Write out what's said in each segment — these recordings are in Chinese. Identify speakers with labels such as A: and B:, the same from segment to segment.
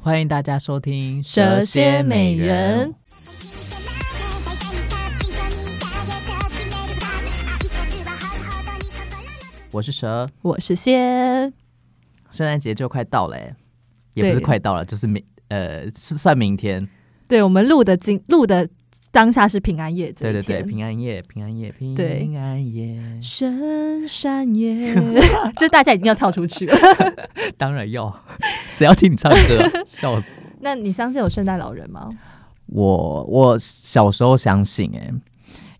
A: 欢迎大家收听《
B: 蛇蝎美人》。
A: 我是蛇，
B: 我是仙，
A: 圣诞节就快到了、欸，也不是
B: 对
A: 快到了，就是明呃是算明天，
B: 对我们录的今录的当下是平安夜
A: 对
B: 这一
A: 对
B: 天，
A: 对，平安夜，平安夜，
B: 对
A: 平安 夜，
B: 深 山夜，就是大家已经要跳出去了。
A: 当然要， 谁要听你唱歌啊、 笑死！
B: 那你相信有圣诞老人吗？
A: 我我小时候相信哎、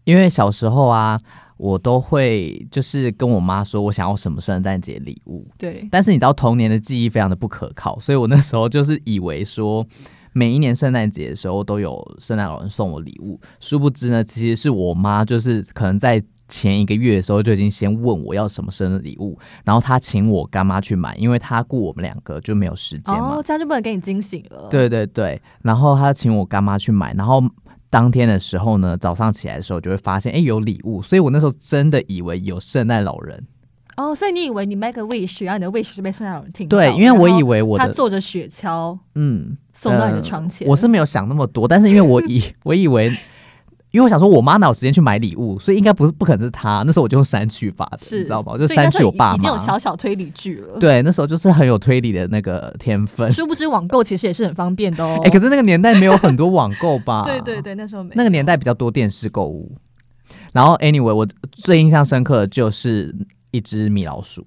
A: 因为小时候啊，我都会就是跟我妈说我想要什么圣诞节礼物，
B: 对，
A: 但是你知道童年的记忆非常的不可靠，所以我那时候就是以为说。每一年圣诞节的时候都有圣诞老人送我礼物，殊不知呢，其实是我妈就是可能在前一个月的时候就已经先问我要什么生日礼物，然后她请我干妈去买，因为她顾我们两个就没有时间嘛
B: 哦，。这样就不能给你惊喜了。，
A: 对对对，然后他请我干妈去买，然后当天的时候呢，早上起来的时候就会发现，哎，有礼物，所以我那时候真的以为有圣诞老人，
B: 哦，所以你以为你 make a wish，然后你的 wish 是被圣诞老人听到，
A: 对，因为我以
B: 为
A: 为我
B: 他
A: 的
B: 坐着雪橇
A: 嗯
B: 送到你的
A: 呃
B: 床前。
A: 我是没有想那么多，但是因为我 以我以为。因为我想说，我妈哪有时间去买礼物，所以应该不是不可能是她。那时候我就用删去法的，
B: 是，
A: 你知道吗？我就
B: 所以那
A: 删
B: 时
A: 去
B: 候
A: 我爸
B: 已经
A: 妈
B: 有。小小推理剧了。，
A: 对，那时候就是很有推理的那个天分。
B: 殊不知网购其实也是很方便的哦。
A: 哎、可是那个年代没有很多网购吧？
B: 对对对，那时候没
A: 那个
B: 有
A: 年代比较多电视购物。然后，anyway，我最印象深刻的就是一只米老鼠，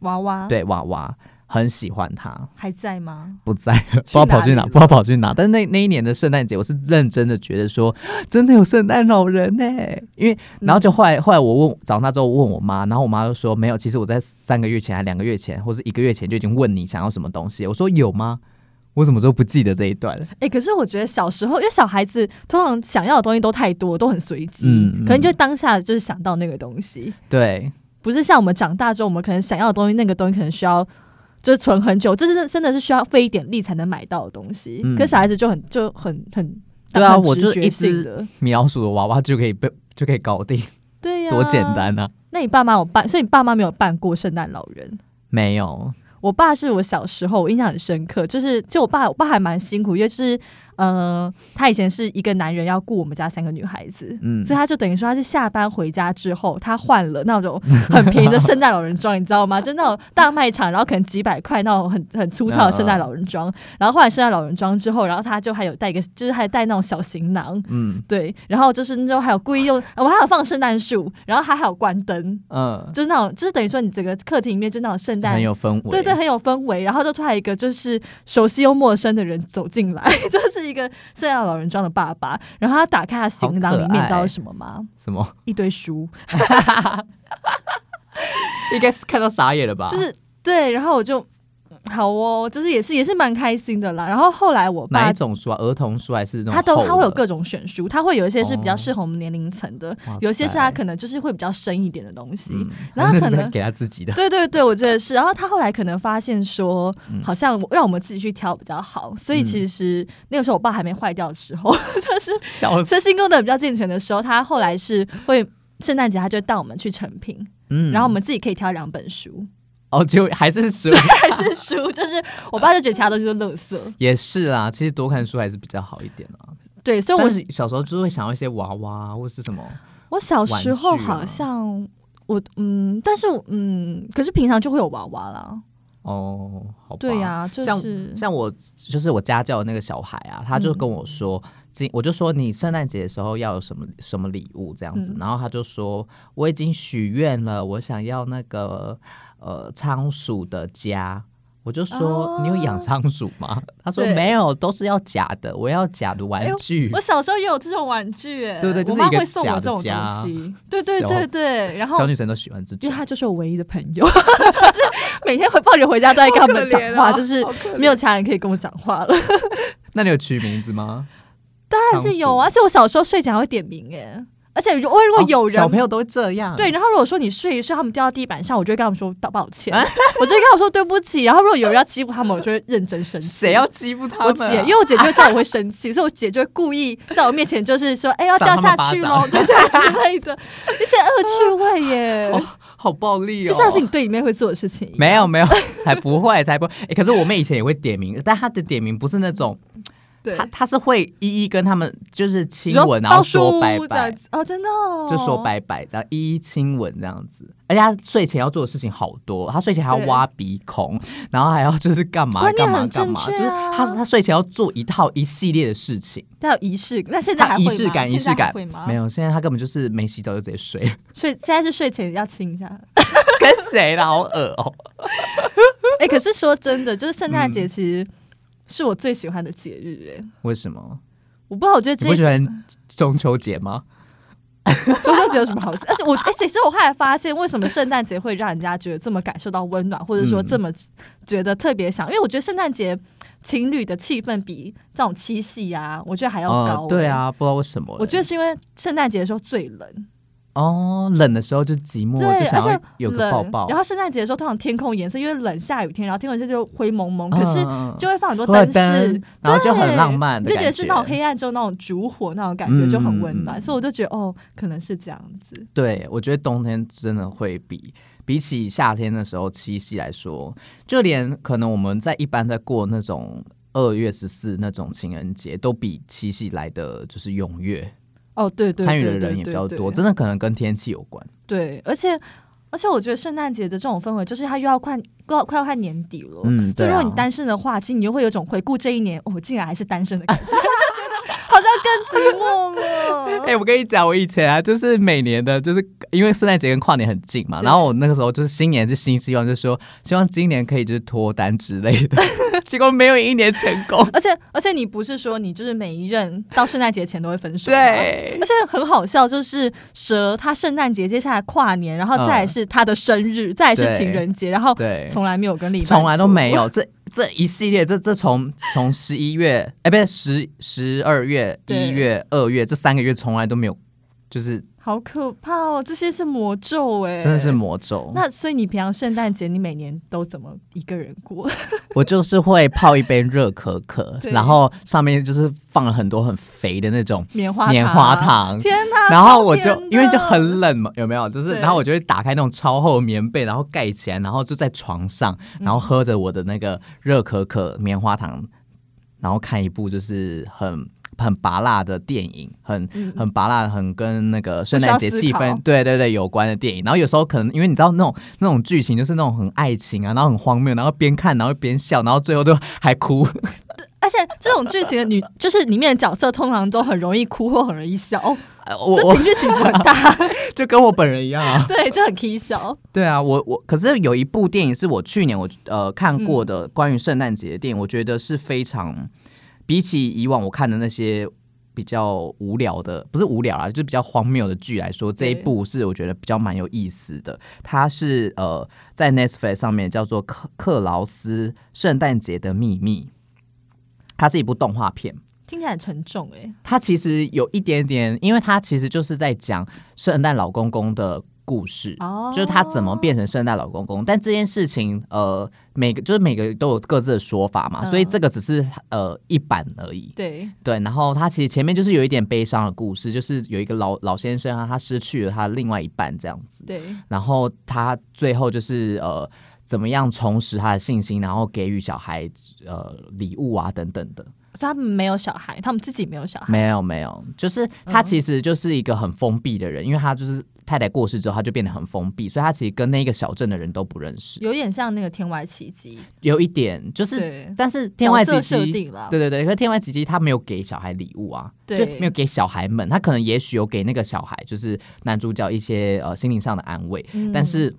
B: 娃娃
A: 对娃娃，很喜欢它，
B: 还在吗？
A: 不在，不知道跑去
B: 哪
A: 哪，
B: 里
A: 不知道跑去哪。但是那那一年的圣诞节，我是认真的觉得说，真的有圣诞老人呢、因为然后
B: 嗯
A: 就后来后来我问长大之后问我妈，然后我妈就说没有，其实我在三个月前、还两个月前或是一个月前就已经问你想要什么东西，我说有吗？我怎么都不记得这一段了。
B: 哎、可是我觉得小时候，因为小孩子通常想要的东西都太多，都很随机，
A: 嗯嗯
B: 可能就当下就是想到那个东西，
A: 对，
B: 不是像我们长大之后，我们可能想要的东西，那个东西可能需要就是存很久，这是真的是需要费一点力才能买到的东西。
A: 嗯
B: 可是小孩子就很就很很，
A: 对啊
B: 很直
A: 我就是
B: 觉
A: 一直
B: 性的，
A: 米老鼠的娃娃就可以被就可以搞定。
B: 对呀、
A: 多简。单啊！
B: 那你爸妈有办，所以你爸妈没有办过圣诞老人。
A: 没有，
B: 我爸是我小时候，我印象很深刻，就是就我爸，我爸还蛮辛苦，因为就是，呃，他以前是一个男人要雇我们家三个女孩子，
A: 嗯
B: 所以他就等于说他是啊下班回家之后，他换了那种很便宜的圣诞老人装，你知道吗？就那种大卖场，然后可能几百块那种很很粗糙的圣
A: 啊
B: 诞老人装，然后换了圣诞老人装之后，然后他就还有带一个，就是还带那种小行囊。
A: 嗯
B: 对，然后就是那种还有故意用，呃我还有放圣诞树，然后他还有关灯，
A: 嗯，
B: 就是那种，就是等于说你整个客厅里面就那种圣诞
A: 很有氛围。
B: 对对，，很有氛围。然后就突然一个就是熟悉又陌生的人走进来， 就是一个圣诞老人装的爸爸。然后他打开他行囊
A: 好可
B: 里面，你知道
A: 爱
B: 是什么吗？
A: 什么？
B: 一堆书，
A: 应该是看到傻眼了吧？
B: 就是对。然后我就好哦，就是也是也是蛮开心的啦。然后后来我
A: 哪
B: 爸
A: 一。种书啊？儿童书还是那种厚
B: 他
A: 的？
B: 都他会有各种选书，他会有一些是比较
A: 哦
B: 适合我们年龄层的，
A: 哇
B: 有些是他
A: 塞
B: 可能就是会比较深一点的东西。
A: 嗯，
B: 然后
A: 那
B: 可
A: 是在
B: 能
A: 给他自己的。
B: 对对对，我觉得是。然后他后来可能发现说，
A: 嗯
B: 好像我让我们自己去挑比较好，所以其实那个时候我爸还没坏掉的时候，就是
A: 笑死。
B: 身心功能比较健全的时候，他后来是会圣诞节他就带我们去成品，
A: 嗯
B: 然后我们自己可以挑两 本书，
A: 哦，就还是书
B: 还是书，就是我爸就觉得其他东西都垃圾。
A: 也是啊。其实多看书还是比较好一点啊。
B: 对，所以我
A: 但是小时候就是会想要一些娃娃啊或是什么，
B: 我小时候
A: 玩具啊
B: 好像。我嗯，但是我嗯，可是平常就会有娃娃啦，
A: 哦，好吧。
B: 对呀、就
A: 像
B: 是嗯
A: 像我就是我家教的那个小孩啊，他就跟我说，今、我就说你圣诞节的时候要有什么什么礼物这样子，
B: 嗯
A: 然后他就说我已经许愿了，我想要那个呃仓鼠的家。我就说、
B: 哦
A: 你有养仓鼠吗？ 他说
B: 对哎
A: 没有，都是要假的，我要假的玩具。
B: 我小时候也有这种玩具、欸，
A: 嗯对对
B: 我
A: 就是
B: 妈
A: 一个
B: 会送我
A: 假的
B: 这种
A: 家
B: 东西，对对对对，然后
A: 小女生都喜欢这
B: 因
A: 种
B: 为，他就是我唯一的朋友， 就是每天会放学回家都在跟他们
A: 啊
B: 讲话，就是没有其他人可以跟我讲话了。
A: 那你有取名字吗？
B: 当然是有啊，而且我小时候睡前还会点名哎、而而且如果如果有人、
A: 哦小朋友都会这样，
B: 对，，然后如果说你睡一睡，他们掉到地板上，我就会跟他们说道抱歉，
A: 啊
B: 我就会跟他们说对不起。然后如果有人要欺负他们，我就会认真生气。
A: 谁要欺负他
B: 我
A: 们
B: 姐
A: 啊、，
B: 因为我姐就会知道我会生气， 所以我姐就会故意在我面前就是说，哎、要
A: 赏
B: 掉
A: 他
B: 下
A: 们巴
B: 去
A: 掌
B: 喽，对对之类的， 一些恶趣味耶，
A: 哦 好暴力哦，
B: 就像是你对你妹会做的事情一样。
A: 没有没有，才不会才不会、 欸可是我妹以前也会点名，但她的点名不是那种，
B: 对，
A: 她她是会一一跟他们就是亲
B: 你说
A: 吻，然后
B: 抱书
A: 说拜
B: 这样
A: 拜，
B: 子哦，真的、哦，
A: 就说。拜拜，然后一一亲吻这样子。而且她睡前要做的事情好多，她睡前还要
B: 对
A: 挖鼻孔，然后还要就是干嘛
B: 观念
A: 干嘛
B: 很
A: 干嘛，
B: 正
A: 就
B: 确啊
A: 是她她睡前要做一套一系列的事情，
B: 要有仪式，那现在
A: 她
B: 还会
A: 仪
B: 吗？
A: 式感仪
B: 现在
A: 式
B: 还
A: 感
B: 会吗？
A: 没有。现在她根本就是没洗澡就直接睡，
B: 睡现在是睡前要亲一下。
A: 跟谁啦？好恶哦、
B: 哎、可是说真的，就是圣诞节其实是我最喜欢的节日、哎，
A: 为什么？
B: 我不知道，我觉得
A: 你
B: 这
A: 不
B: 一
A: 喜欢中秋节吗？
B: 中秋节有什么好事？而 且我，哎、其实我后来发现，为什么圣诞节会让人家觉得这么感受到温暖，或者说
A: 嗯
B: 这么觉得特别想？因为我觉得圣诞节情侣的气氛比这种七夕啊，我觉得还要高、哦
A: 嗯对，啊，不知道为什么欸、
B: 我觉得是因为圣诞节的时候最冷，
A: 哦，冷的时候就寂寞，
B: 对
A: 就想
B: 而
A: 要
B: 且
A: 有个
B: 冷
A: 抱抱。
B: 然后圣诞节的时候，通常天空颜色因为冷下雨天，然后天空颜色就灰蒙
A: 嗯
B: 蒙，可是
A: 嗯嗯
B: 就会放很多
A: 会有
B: 灯饰
A: 灯，然后就很
B: 对
A: 浪漫
B: 你
A: 的
B: 就觉得
A: 感
B: 是
A: 觉
B: 那种黑暗中那种烛火那种感觉
A: 嗯
B: 就很温
A: 嗯
B: 暖，
A: 嗯
B: 所以我就觉得哦，可能是这样子。
A: 对，我觉得冬天真的会比比起夏天的时候七夕来说，就连可能我们在一般在过那种二月十四那种情人节，都比七夕来的就是踊跃，
B: 哦，对对对，
A: 参与的
B: 对
A: 人也比较多，。
B: 对
A: 真的可能跟天气有关。
B: 对，而且而且我觉得圣诞节的这种氛围，就是它又要快快要快要快年底了，
A: 嗯，
B: 所
A: 对、
B: 以
A: 啊。
B: 如果你单身的话，其实你就会有一种回顾这一年，我、哦竟然还是单身的感觉，我就觉得好像更寂寞了。
A: 哎、我跟你讲，我以前啊，就是每年的，就是因为圣诞节跟跨年很近嘛，
B: 对
A: 然后我那个时候就是新年是新希望，就是说希望今年可以就是脱单之类的， 结果没有一年成 功。
B: 而且而且你不是说你就是每一任到圣诞节前都会分手吗，
A: 对
B: 而，且很好笑，就是蛇他圣诞节接下来跨年，然后再来是他的生日，再来是情人节，然后
A: 嗯对，
B: 哦从来没有跟另一半
A: 从来都没
B: 过。
A: 有这这一系列，这这从从十一月，哎、不是十十二月、
B: 对
A: 一月、二月这三个月从来都没有，就是
B: 好可怕哦！这些是魔咒哎、
A: 真的是魔咒。
B: 那所以你平常圣诞节你每年都怎么一个人过？
A: 我就是会泡一杯热可可，
B: 对
A: 然后上面就是放了很多很肥的那种
B: 棉花
A: 棉花，糖，
B: 天哪！
A: 然后
B: 超
A: 我就
B: 甜的
A: 因为就很冷嘛，有没有？就是，
B: 对
A: 然后我就会打开那种超厚的棉被，然后盖起来，然后就在床上，
B: 嗯
A: 然后喝着我的那个热可可棉花糖，然后看一部就是很很拔辣的电影，很
B: 嗯
A: 很拔辣，很跟那个圣诞节气
B: 不需要思
A: 氛
B: 考，
A: 对对对有关的电影。然后有时候可能因为你知道那种那种剧情就是那种很爱情啊，然后很荒谬，然后边看然后边笑，然后最后都还哭。
B: 而且这种剧情的女， 就是里面的角色通常都很容易哭或很容易笑，哦
A: 呃
B: 这
A: 我我
B: 情绪起伏很 大，
A: 就跟我本人一样啊。
B: 对，就很 k 笑。
A: 对啊，我我可是有一部电影是我去年我呃看过
B: 嗯
A: 的关于圣诞节的电影，我觉得是非常比起以往我看的那些比较无聊的，不是无聊啦，就是比较荒谬的剧来说，这一
B: 对
A: 部是我觉得比较蛮有意思的。它是呃在 Netflix 上面叫做《克克劳斯圣诞节的秘密》，它是一部动画片。
B: 听起来很沉重哎、
A: 它其实有一点点，因为它其实就是在讲圣诞老公公的故事，
B: 哦
A: 就是他怎么变成圣诞老公公。但这件事情，呃，每个就是每个都有各自的说法嘛，
B: 嗯
A: 所以这个只是呃一版而已。
B: 对，
A: 对，然后他其实前面就是有一点悲伤的故事，就是有一个老老先生啊，他失去了他另外一半这样子，
B: 对，
A: 然后他最后就是呃。怎么样重拾他的信心，然后给予小孩呃礼物啊等等的，
B: 他们没有小孩，他们自己没有小孩，
A: 没有没有，就是他
B: 啊嗯
A: 其实就是一个很封闭的人，因为他就是太太过世之后，他就变得很封闭，所以他其实跟那个小镇的人都不认识。
B: 有点像那个天外奇迹，
A: 有一点就是
B: 对，
A: 但是天外
B: 角
A: 奇
B: 色设
A: 迹。
B: 定了，
A: 对对对，可是天外奇迹他没有给小孩礼物啊，
B: 对
A: 就没有给小孩们，他可能也许有给那个小孩，就是男主角一些呃心灵上的安慰，
B: 嗯
A: 但是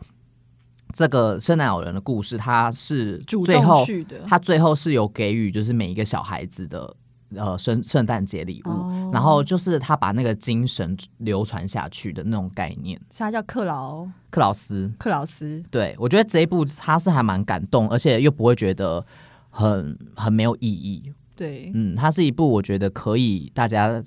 A: 这个圣诞老人的故事，他是
B: 主
A: 最后
B: 动去的，
A: 他最后是有给予就是每一个小孩子的呃圣圣诞节礼物，
B: 哦
A: 然后就是他把那个精神流传下去的那种概念。
B: 所以他叫克劳
A: 克劳斯，
B: 克劳斯，
A: 对我觉得这一部他是还蛮感动，而且又不会觉得很很没有意义。嗯
B: 对，
A: 嗯，它是一部我觉得可以大家。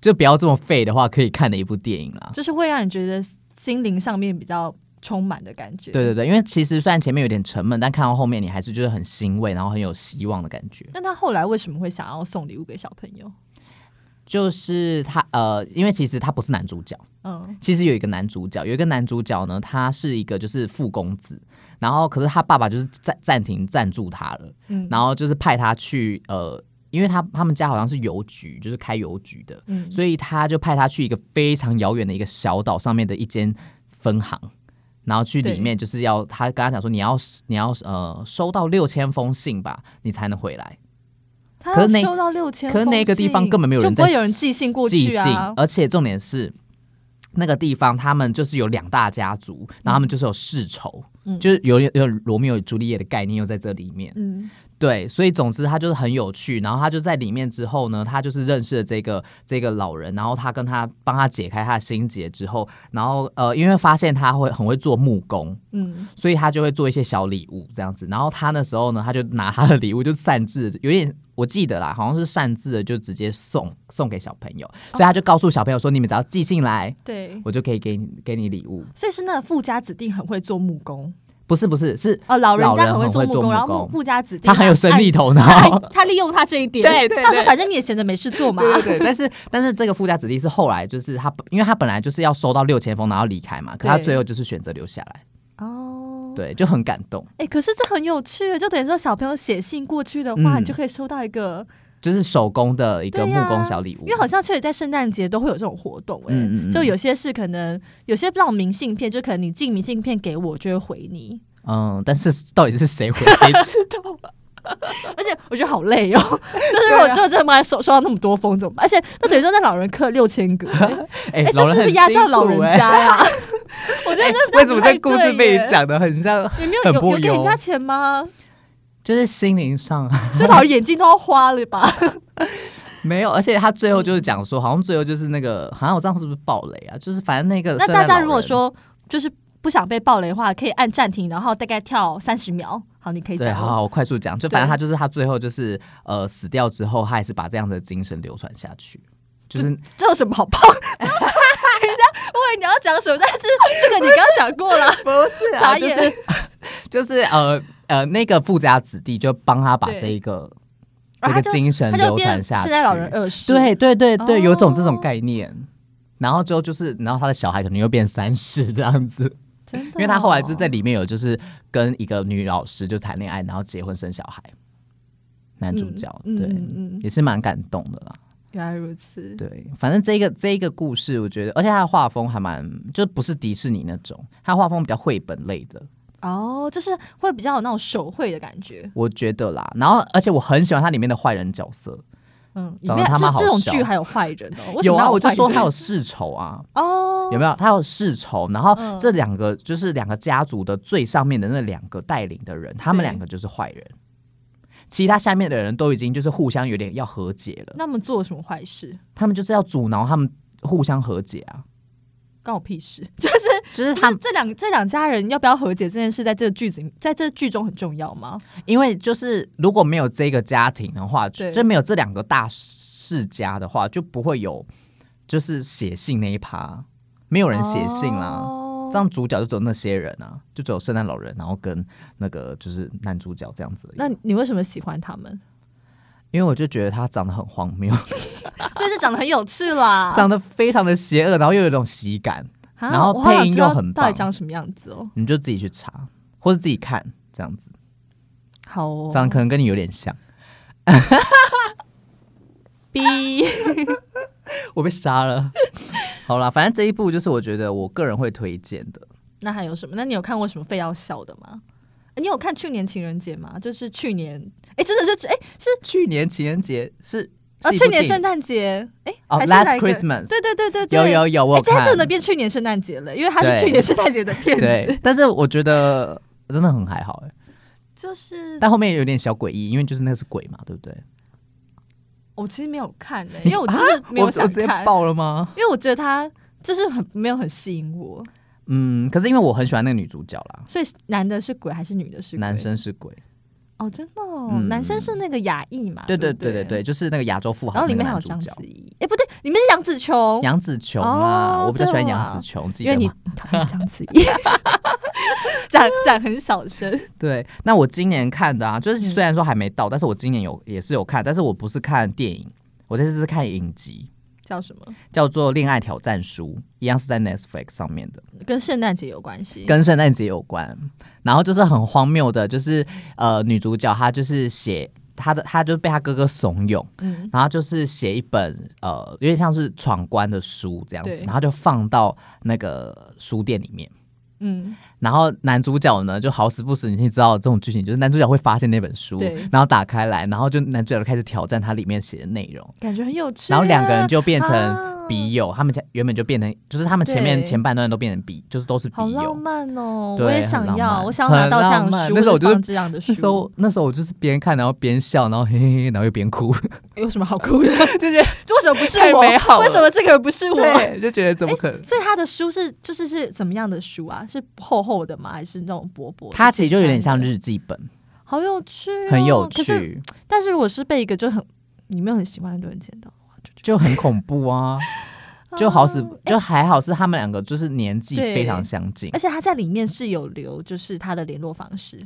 A: 就不要这么废的话，可以看的一部电影啦。
B: 就是会让你觉得心灵上面比较充满的感觉。
A: 对对对，因为其实虽然前面有点沉闷，但看到后面你还是就是很欣慰，然后很有希望的感觉。
B: 那他后来为什么会想要送礼物给小朋友？
A: 就是他呃，因为其实他不是男主角，
B: 嗯，
A: 其实有一个男主角，有一个男主角呢，他是一个就是富公子，然后可是他爸爸就是暂暂停赞助他了，
B: 嗯
A: 然后就是派他去呃，因为他他们家好像是邮局，就是开邮局的，
B: 嗯
A: 所以他就派他去一个非常遥远的一个小岛上面的一间分行。然后去里面就是要他跟他讲说你要你要呃收到六千封信吧，你才能回来。
B: 他
A: 可是那
B: 收到六千，
A: 可是那个地方根本没有人
B: 就
A: 在
B: 不会有人寄信过
A: 寄
B: 去
A: 信
B: 啊，。
A: 而且重点是。那个地方，他们就是有两大家族，然后他们就是有世仇，
B: 嗯
A: 就是有有罗密欧与朱丽叶的概念又在这里面。
B: 嗯，
A: 对，所以总之他就是很有趣，然后他就在里面之后呢，他就是认识了这个这个老人，然后他跟他帮他解开他的心结之后，然后呃，因为发现他会很会做木工，
B: 嗯，
A: 所以他就会做一些小礼物这样子。然后他那时候呢，他就拿他的礼物就擅自，有点我记得啦，好像是擅自的就直接送送给小朋
B: 哦
A: 友，所以他就告诉小朋友说：“你们只要寄信来，
B: 对，
A: 我就可以给你给你礼物。
B: 所以是那个富家子弟很会做木工”
A: 不是不是，是
B: 哦，老人
A: 老
B: 家
A: 人
B: 会
A: 很
B: 做
A: 会
B: 木
A: 做
B: 工，
A: 木
B: 然后
A: 工
B: 富家子弟
A: 他很有生
B: 力，
A: 意头脑。
B: 他他利用他这一点，
A: 对对
B: 他说
A: 对
B: 反正你也闲着没事做嘛，
A: 对对对，但是但是这个富家子弟是后来就是他，因为他本来就是要收到六千封，然后离开嘛，可他
B: 对
A: 最后就是选择留下来，
B: 哦，
A: 对，就很感动，
B: 哎、可是这很有趣，就等于说小朋友写信过去的话，
A: 嗯
B: 你就可以收到一个，
A: 哦就是手工的一个
B: 对
A: 木
B: 呀
A: 工小礼物，
B: 因为好像确实在圣诞节都会有这种活动、哎、
A: 嗯嗯嗯
B: 就有些是可能有些那种明信片，就可能你寄明信片给我，就会回 你，
A: 嗯，但是到底是谁回 谁知道？
B: 而且我觉得好累哦， 就是如果
A: 对啊
B: 如果真的买手收到那么多封怎么办？而且那等于说那老人刻六千 个、哎
A: 哎、
B: 哎、
A: 老
B: 这
A: 人
B: 是不
A: 很
B: 是压
A: 辛
B: 榨老
A: 苦
B: 人
A: 哎
B: 家呀、 我觉得 这
A: 为什么这故事被
B: 你
A: 你？讲的很像？
B: 也没有
A: 很
B: 有
A: 不
B: 有给人
A: 优
B: 家钱吗？
A: 就是心灵上啊
B: 这老人眼睛都要花了吧？
A: 呃没有，而且他最后就是讲说，好像最后就是那个，好像我这样是不是暴雷啊？就是反正那个
B: 那
A: 圣
B: 大
A: 诞
B: 家
A: 老
B: 如果
A: 人
B: 说就是不想被暴雷的话，可以按暂停，然后大概跳 三十秒。好，你可以
A: 对，
B: 讲
A: 好
B: 了。
A: 好，我快速讲，就
B: 对
A: 反正他就是他最后就是呃死掉之后，他还是把这样的精神流传下去， 就是
B: 这有什么好爆？ 等一下，我以为哎你要讲什么，但是 这个你刚刚讲过了。
A: 不是
B: 啊
A: 就
B: 傻眼
A: 是 就是呃呃那个富家子弟就帮他把
B: 对
A: 这一个这
B: 然
A: 个
B: 后他就
A: 精神
B: 他就
A: 流
B: 变
A: 传下去，
B: 圣诞老人二世，，
A: 对对对对，有种这种
B: 哦
A: 概念。然后之后就是，然后他的小孩可能又变三世这样子，
B: 真的哦
A: 因为他后来就是在里面有就是跟一个女老师就谈恋爱，然后结婚生小孩，男主角、
B: 嗯
A: 对、
B: 嗯嗯，
A: 也是蛮感动的啦。
B: 原来如此。
A: 对，反正这个这一个故事，我觉得，而且他的画风还蛮，就不是迪士尼那种，他画风比较绘本类的，
B: 哦，就是会比较有那种手绘的感觉。
A: 我觉得啦。然后，而且我很喜欢它里面的坏人角色，
B: 嗯，里
A: 长得
B: 面
A: 他
B: 这
A: 妈好
B: 这种
A: 笑
B: 剧还有坏人哦，为什
A: 有
B: 么
A: 啊，
B: 要
A: 我就
B: 坏
A: 说
B: 人
A: 他有世仇啊，
B: 哦，
A: 有没有？他有世仇，然后
B: 嗯
A: 这两个、就是两个家族的最上面的那两个带领的人，他们
B: 对
A: 两个就是坏人，其他下面的人都已经就是互相有点要和解了，
B: 那么做什么坏事？
A: 他们就是要阻挠他们互相和解啊，
B: 关我屁事！就是
A: 就是
B: 不
A: 他
B: 是这两这两家人要不要和解这件事，在这个剧子里，在这剧中很重要吗？
A: 因为就是如果没有这个家庭的话，
B: 对
A: 就没有这两个大世家的话，就不会有就是写信那一趴，没有人写信啦。
B: 哦
A: 这样主角就只有那些人啊，就只有圣诞老人，然后跟那个就是男主角这样子而已。
B: 那你为什么喜欢他们？
A: 因为我就觉得他长得很荒谬，
B: 所以是长得很有趣啦，
A: 长得非常的邪恶，然后又有一种喜感，
B: 啊
A: 然后
B: 我好想
A: 配音
B: 知道
A: 又很
B: 到底
A: 棒
B: 长什么样子哦？
A: 你就自己去查或是自己看这样子，
B: 好哦，
A: 长得可能跟你有点像。
B: 逼
A: 我被杀了。 好啦，反正这一部就是我觉得我个人会推荐的。
B: 那还有什么？那你有看过什么非要笑的吗？你有看去年情人节吗？就是去年，哎、真的是，哎、是
A: 去年情人节是
B: 啊，
A: 是一部
B: 去
A: 电
B: 年
A: 影
B: 圣诞节，哎、
A: 哦
B: 还是哪
A: ，Last
B: 一个
A: Christmas
B: 对对对对对，
A: 有有有，我
B: 哎、
A: 有
B: 这他
A: 看
B: 真的变去年圣诞节了，因为他是
A: 对
B: 去年圣诞节的片子，
A: 对，但是我觉得真的很还好哎，
B: 就是
A: 但后面有点小诡异，因为就是那个是鬼嘛，对不对？
B: 我其实没有看的、因为我真的
A: 啊我
B: 没有
A: 我
B: 想
A: 直接
B: 看，
A: 爆了吗？
B: 因为我觉得他就是很没有很吸引我，
A: 嗯，可是因为我很喜欢那个女主角啦，
B: 所以男的是鬼还是女的是鬼？
A: 男生是鬼，
B: 哦，真的、哦，
A: 嗯
B: 男生是那个亚裔嘛？
A: 对
B: 啊对
A: 对对对对，就是那个亚洲富
B: 然
A: 豪
B: 后里
A: 那个
B: 面还有
A: 男主
B: 章
A: 角
B: 子，怡，哎，不对，里面是杨紫琼，
A: 杨紫琼啊，
B: 哦
A: 我比较喜欢
B: 对
A: 杨
B: 啦
A: 紫琼，记
B: 因为
A: 得
B: 你
A: 吗？
B: 讨厌章子怡，讲讲很小声，
A: 对，那我今年看的啊，就是
B: 嗯
A: 虽然说还没到，但是我今年有也是有看，但是我不是看电影，我这次是看影集，
B: 叫什么？
A: 叫做《恋爱挑战书》，一样是在 Netflix 上面的。
B: 跟圣诞节有关系？
A: 跟圣诞节有关。然后就是很荒谬的，就是呃，女主角她就是写她的，她就被她哥哥怂恿，
B: 嗯，
A: 然后就是写一本呃，有点像是闯关的书这样子，
B: 对
A: 然后就放到那个书店里面。
B: 嗯，
A: 然后男主角呢，就好死不死，你知道这种剧情，就是男主角会发现那本书
B: 对，
A: 然后打开来，然后就男主角就开始挑战它里面写的内容，
B: 感觉很有趣啊。
A: 然后两个人就变
B: 啊
A: 成笔友，他们原本就变成，就是他们前面
B: 对
A: 前半段都变成笔，就是都是笔
B: 好
A: 友
B: 浪，漫哦，
A: 对
B: 我也想
A: 很浪
B: 要，
A: 漫
B: 我想要拿到这样
A: 很浪
B: 的
A: 漫
B: 书，
A: 那时候我
B: 或者
A: 就是
B: 放这样的书，
A: 那时候那时候我就是边看然后边笑，然后嘿嘿嘿，然后又边哭，
B: 有什么好哭 的？就是为什么不是
A: 太
B: 我？
A: 美好了
B: 为什么这个不是 我？
A: 对，就觉得怎么可能？
B: 所以他的书是就是是怎么样的书啊？是厚厚的吗？还是那种薄薄的？
A: 它其实就有点像日记本，
B: 好有趣哦、
A: 很有
B: 可是，
A: 趣，
B: 但是如果是被一个就很你没有很喜欢的人见到，
A: 就很恐怖 啊。就好
B: 嗯
A: 死，就还好是他们两个就是年纪
B: 对
A: 非常相近
B: 而，且他在里面是有留就是他的联络方式，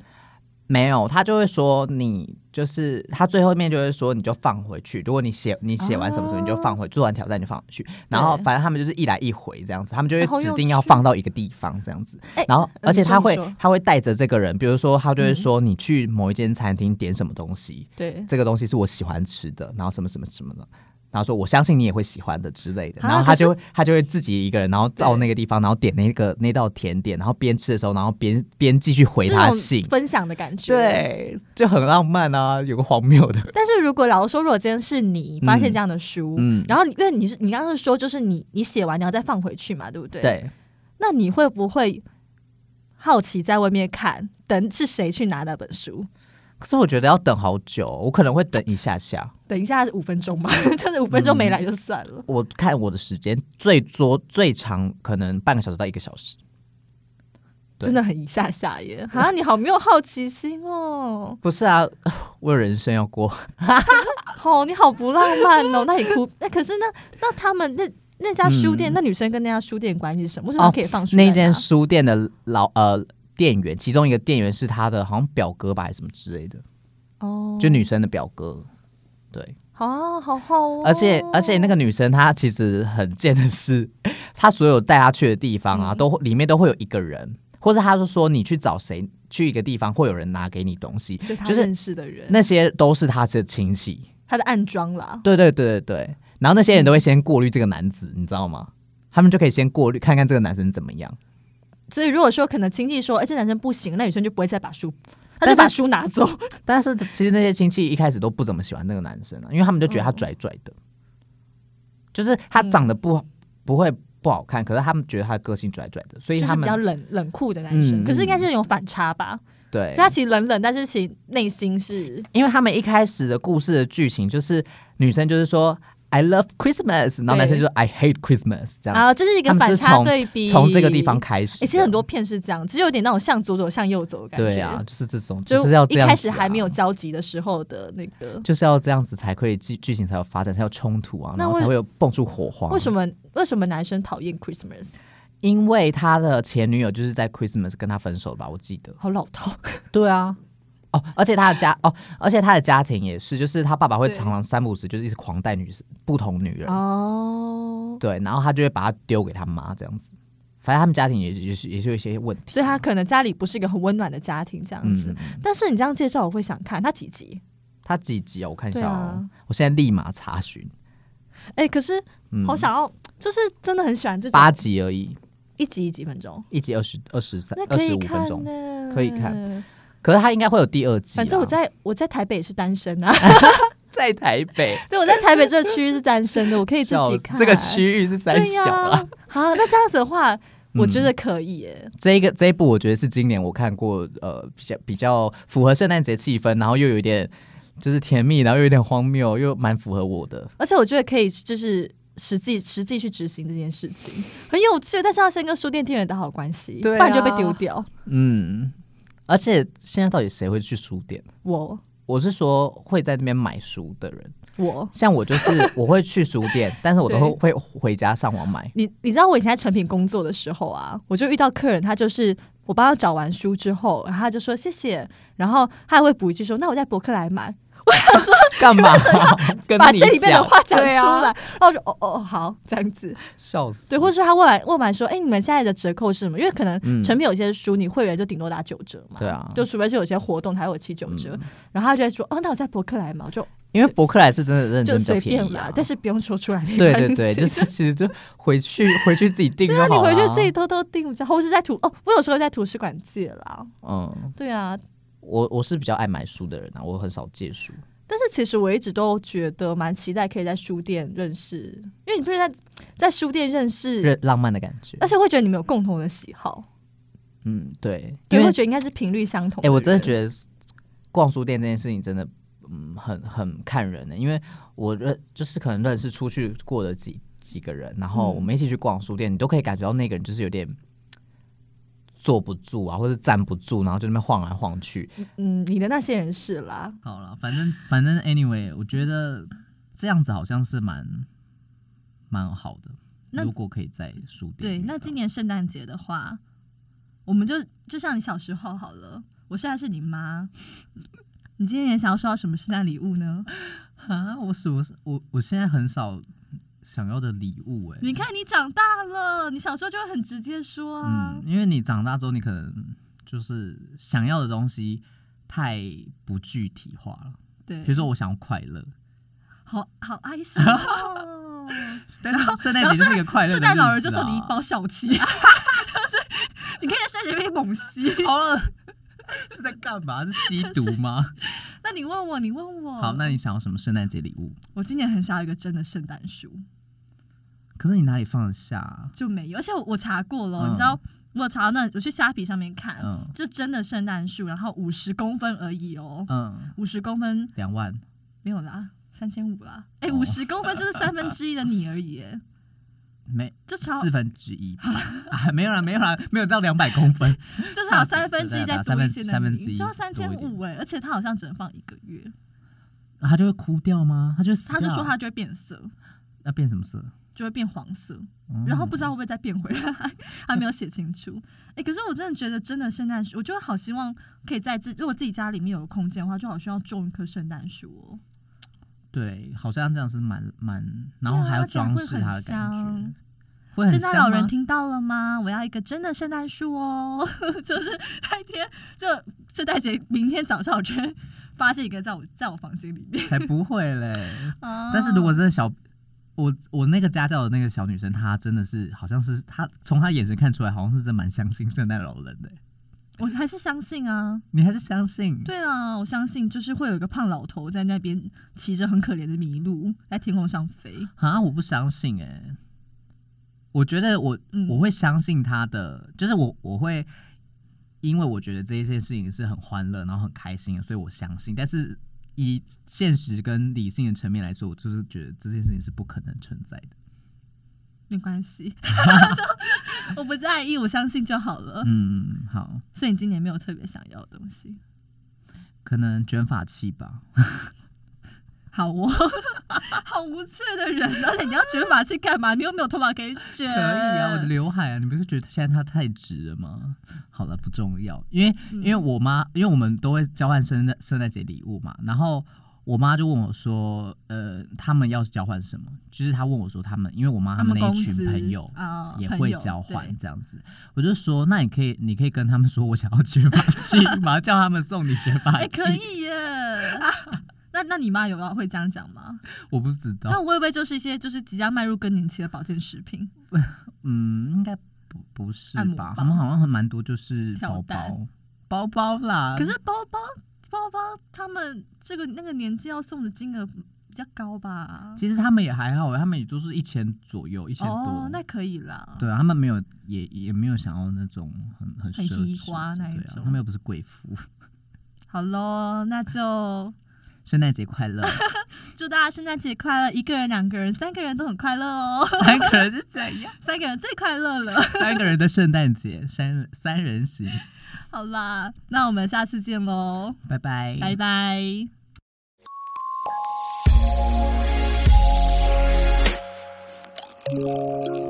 A: 没有他就会说你就是他最后面就会说你就放回去，如果你写你写完什么什么你就放回，做完挑战你就放回去，然后
B: 对
A: 反正他们就是一来一回这样子，他们就
B: 哎
A: 会
B: 好有
A: 指定要
B: 趣
A: 放到一个地方这样子，
B: 哎
A: 然后
B: 呃
A: 而且
B: 你说
A: 他
B: 你
A: 会
B: 说
A: 他会带着这个人，比如说他就会
B: 嗯
A: 说你去某一间餐厅点什么东西，
B: 对。
A: 这个东西是我喜欢吃的，然后什么什么什么的，然后说我相信你也会喜欢的之类的，
B: 啊
A: 然后他
B: 可是
A: 就会他就会自己一个人，然后到
B: 对
A: 那个地方，然后点那个那道甜点，然后边吃的时候，然后边边继续回他
B: 这
A: 信
B: 种，分享的感觉。，
A: 对，就很浪漫啊，有个荒谬 的，
B: 但是如果老实说，如果今天是你发现
A: 嗯
B: 这样的书，
A: 嗯
B: 然后你因为你是你刚刚是说，就是你你写完你要再放回去嘛，对不对？。
A: 对，
B: 那你会不会好奇在外面看，等是谁去拿那本书？
A: 可是我觉得要等好久，我可能会等一下下，
B: 等一下五分钟吧， 就是五分钟没来就算了。
A: 我看我的时间最多最长可能半个小时到一个小时，对
B: 真的很一下下耶！啊，你好没有好奇心哦，
A: 不是啊， 我有人生要过，
B: 哦，你好不浪漫 哦。那你哭，那可是那那他们那那家书店，那女生跟那家书店关系是什么？为什么
A: 嗯哦
B: 她可以放书在
A: 那
B: 那？
A: 间书店的老呃店员，其中一个店员是他的好像表哥吧，还是什么之类的，
B: 哦，
A: 就女生的表哥。对，
B: 好啊，好好哦。
A: 而且而且那个女生她其实很贱的是， 她所有带她去的地方
B: 嗯
A: 啊，都会里面都会有一个人，或是她就说你去找谁去一个地方，会有人拿给你东西，
B: 就他
A: 就是
B: 认识的人，
A: 那些都是她的亲戚。
B: 他的暗装啦，
A: 对对对对对，然后那些人都会先过滤这个男子，你知道吗？他们就可以先过滤看看这个男生怎么样。
B: 所以如果说可能亲戚说，哎、这男生不行，那女生就不会再把书，她
A: 但
B: 就是把书拿走。
A: 但是其实那些亲戚一开始都不怎么喜欢那个男生啊，因为他们就觉得他
B: 嗯
A: 拽拽的，就是他长得
B: 嗯
A: 不、不会不好看，可是他们觉得他的个性拽拽的，所以
B: 就是
A: 他
B: 比
A: 们
B: 较冷冷酷的男
A: 嗯
B: 生，
A: 嗯
B: 可是应该是有反差吧？
A: 对
B: 就，他其实冷冷，但是其实内心是
A: 因为他们一开始的故事的剧情就是女生就是说 I love Christmas，然后男生就说 I hate Christmas 这样，
B: 啊，这是一个
A: 他们
B: 反
A: 是
B: 差
A: 从
B: 对比。
A: 从这个地方，开始
B: 哎、
A: 的、
B: 其实很多片是这样，只有点那种向左走向右走的感觉。
A: 对啊，，就是这种，
B: 就是
A: 要
B: 一
A: 这样、啊
B: 开始还没有。交集的时候的那个，
A: 就是要这样子才可以剧剧情才有发展，才有冲突啊，
B: 那
A: 然后
B: 为
A: 才会有蹦出火花。
B: 为什么为什么男生讨厌 Christmas？
A: 因为他的前女友就是在 Christmas 跟他分手吧，我记得。
B: 好老 套，
A: 对啊，哦，而且他的家哦，而且他的家庭也是，就是他爸爸会
B: 对
A: 常常三不五时就是一直狂带女生不同女人，
B: 哦，
A: 对，然后他就会把她丢给他妈这样子。反正他们家庭也也是也是有一些问题，
B: 所以他可能家里不是一个很温暖的家庭这样子。
A: 嗯，
B: 但是你这样介绍，我会想看他几集。
A: 他几集啊？我看一
B: 对
A: 下哦，
B: 啊
A: 我现在立马查询，
B: 哎、可是
A: 嗯，
B: 好想要，就是真的很喜欢这种
A: 八集而已，
B: 一集一几分钟，
A: 一集二十二十三
B: 那
A: 二
B: 可
A: 十
B: 以
A: 五分
B: 看
A: 钟，
B: 呢，
A: 可以看。可是啊他应该会有第二季啦。
B: 反正我在我在台北也是单身啊，
A: 在台北，
B: 对，我在台北这个区域是单身的，我可以自己
A: 笑死
B: 看
A: 这个区域是三
B: 对
A: 小啊
B: 呀、
A: 啦。
B: 好，那这样子的话，我
A: 嗯
B: 觉得可以耶。
A: 这一个这一部，我觉得是今年我看过呃比较比较符合圣诞节气氛，然后又有一点就是甜蜜，然后又有点荒谬，又蛮符合我的。
B: 而且我觉得可以就是。实际实际去执行这件事情很有趣，但是要先跟书店店员打好关系，
A: 对啊
B: 不然就被丢掉。
A: 嗯，而且现在到底谁会去书店？
C: 我
A: 我是说会在那边买书的人，
C: 我。
A: 像我就是 我会去书店，但是我都会会回家上 网买。
C: 你你知道我以前在成品工作的时候啊，我就遇到客人，他就是我帮他找完书之后，然后他就说谢谢，然后他还会补一句说那我在博客来买，
A: 干嘛 跟
C: 把
A: 你
C: 心里面的
A: 讲？
C: 话讲出
A: 对
C: 来，
A: 啊
C: 然后我就哦哦好这样子，
A: 笑死！
C: 对，或者说他问完问完说，哎、你们现在的折扣是什么？因为可能
A: 嗯
C: 成品有些书你会员就顶多打九折嘛，
A: 对啊嗯
C: 就除非是有些活动才会有七九折，然后他就会说，哦，那我在博客来买，我就
A: 因为博客来是真的认
C: 就
A: 真比较
C: 随
A: 便
C: 便
A: 宜
C: 啦，
A: 啊，
C: 但是不用说出来没
A: 对
C: 关
A: 对
C: 系啊
A: 对，就是其实就回去回去自己订就
C: 那你
A: 好了。啊
C: 回去自己偷偷订，然后是在图哦，我有时候在图书馆借啦。
A: 嗯，
C: 对啊，
A: 我我是比较爱买书的人啊，我很少借书。
C: 但是其实我一直都觉得蛮期待可以在书店认识，因为你不是在在书店认识，
A: 热浪漫的感觉
C: 而。且会觉得你们有共同的喜好，
A: 嗯，对，因
C: 对，
A: 为
C: 会觉得应该是频率相同。
A: 哎、我真的
C: 得，
A: 觉得逛书店这件事情真的，嗯，很很看人欸的、因为我认就是可能认识出去过的几几个人，然后
C: 嗯
A: 我们一起去逛书店，你都可以感觉到那个人就是有点坐不住啊，或是站不住，然后就那边晃来晃去。
C: 嗯，你的那些人是啦，
A: 好了，反正反正，anyway，我觉得这样子好像是蛮蛮好的。
B: 那
A: 如果可以在书店
B: 对，
A: 遇
B: 那
A: 到
B: 今年圣诞节的话，我们就就像你小时候好了，我现在是你妈，你今年想要收到什么圣诞礼物呢？
A: 啊，我什么我我现在很少想要的礼物哎、
B: 你看你长大了，你小时候就会很直接说啊
A: 嗯，，因为你长大之后，你可能就是想要的东西太不具体化了。比如
B: 对，
A: 说，我想要快乐，
B: 嗯好好哀伤哦。
A: 但是圣诞
B: 然后
A: 节就是一个 快乐的日
B: 圣
A: 子啊、
B: 诞老人就送你一包小旗， 就是你可以在圣诞节被猛吸。
A: 好了，是在干嘛？是吸毒吗？
B: 那你问我，你问我，
A: 好，那你想要什么圣诞节礼物？
B: 我今年很想要一个真的圣诞树，
A: 可是你哪里放得下啊、
B: 就没有，而且我我查过了，
A: 嗯
B: 你知道，我有查到那我去虾皮上面看，
A: 嗯
B: 就真的圣诞树，然后五十公分而已哦，
A: 嗯，
B: 五十公分
A: 两万，
B: 没有啦，三千五啦，哎、
A: 哦
B: 五十公分就是三分之一的你而已， 哎
A: 没
B: 就超
A: 四分之一吧？啊，没有啦，没有啦，没有到两百公 分。
B: 至少三分之一再多一些的你，
A: 三分之一
B: 就要三千
A: 多一
B: 五哎，而且它好像只能放一个月，
A: 啊他就会哭掉吗？他就死
B: 他
A: 掉啊
B: 就说它就会变色，
A: 要变什么色？
B: 就会变黄色，
A: 嗯
B: 然后不知道会不会再变回来，还没有写清楚。哎、可是我真的觉得，真的圣诞树，我就好希望可以在自，如果自己家里面有空间的话，就好需要种一棵圣诞树哦。
A: 对，好像这样是蛮蛮，然后还要
B: 啊而且会
A: 装饰它的
B: 很
A: 感觉
B: 香，
A: 会很
B: 圣
A: 香
B: 诞
A: 吗
B: 老人听到了吗？我要一个真的圣诞树哦， 就是那天就圣诞节明天早上，我就会发现一个在我在我房间里面。
A: 才不会嘞。
B: 啊
A: 但是如果真的小，我我那个家教的那个小女生，她真的是好像是她从她眼神看出来，好像是真蛮相信圣诞老人的。
B: 我还是相信啊，
A: 你还是相信？
B: 对啊，我相信就是会有一个胖老头在那边骑着很可怜的麋鹿在天空上飞。
A: 啊，我不相信哎、我觉得我
B: 嗯，
A: 我会相信他的，就是我我会，因为我觉得这一件事情是很欢乐，然后很开心的，所以我相信。但是以现实跟理性的层面来说，我就是觉得这件事情是不可能存在的。
B: 没 关系， 就我不在意，我相信就好了。
A: 嗯，好，
B: 所以你今年没有特别想要的东西。
A: 可能卷发器吧。
B: 好哦，好无趣的人，而且你要卷发器干嘛？你又没有头发可以
A: 可
B: 卷。
A: 以
B: 呃
A: 啊，我的刘海啊，你不是觉得现在它太直了吗？好了，不重要，因为
B: 嗯
A: 因为我妈，因为我们都会交换圣诞圣诞节礼物嘛，然后我妈就问我说，呃，他们要交换什么？就是她问我说，他们因为我妈
B: 他
A: 们
B: 们
A: 那
B: 公
A: 一群
B: 司
A: 朋友
B: 啊
A: 也
B: 朋
A: 会
B: 友
A: 交换
B: 对
A: 这样子，我就说，那你可以你可以跟他们说我想要卷发器 嘛，叫他们送你卷发
B: 哎、
A: 器，
B: 可以耶。 那那你妈有要会这样讲吗？
A: 我不知
B: 那
A: 道，
B: 我会不会就是一些就是即将迈入更年期的保健食品？
A: 嗯，应该不不是
B: 按摩
A: 吧
B: 棒？
A: 我们好像还蛮多就是包
B: 跳
A: 包
B: 蛋
A: 包包啦，
B: 可是包包包包他们这个那个年纪要送的金额比较高吧？
A: 其实他们也还好，欸他们也就是一千左右，一千多。
B: 哦，那可以啦。
A: 对啊，他们没有也也没有想要那种很很
B: 很
A: 奢
B: 移
A: 侈
B: 花那一
A: 对啊
B: 种
A: 他们又不是贵妇。
B: 好喽，那就
A: 圣诞节快乐！
B: 祝大家圣诞节快乐，一个人、两个人、三个人都很快乐哦，
A: 三个人是怎样？
B: 三个人最快乐了。
A: 三个人的圣诞节，三三人行，
B: 好啦，那我们下次见喽，
A: 拜拜，
B: 拜拜。
D: Thank you.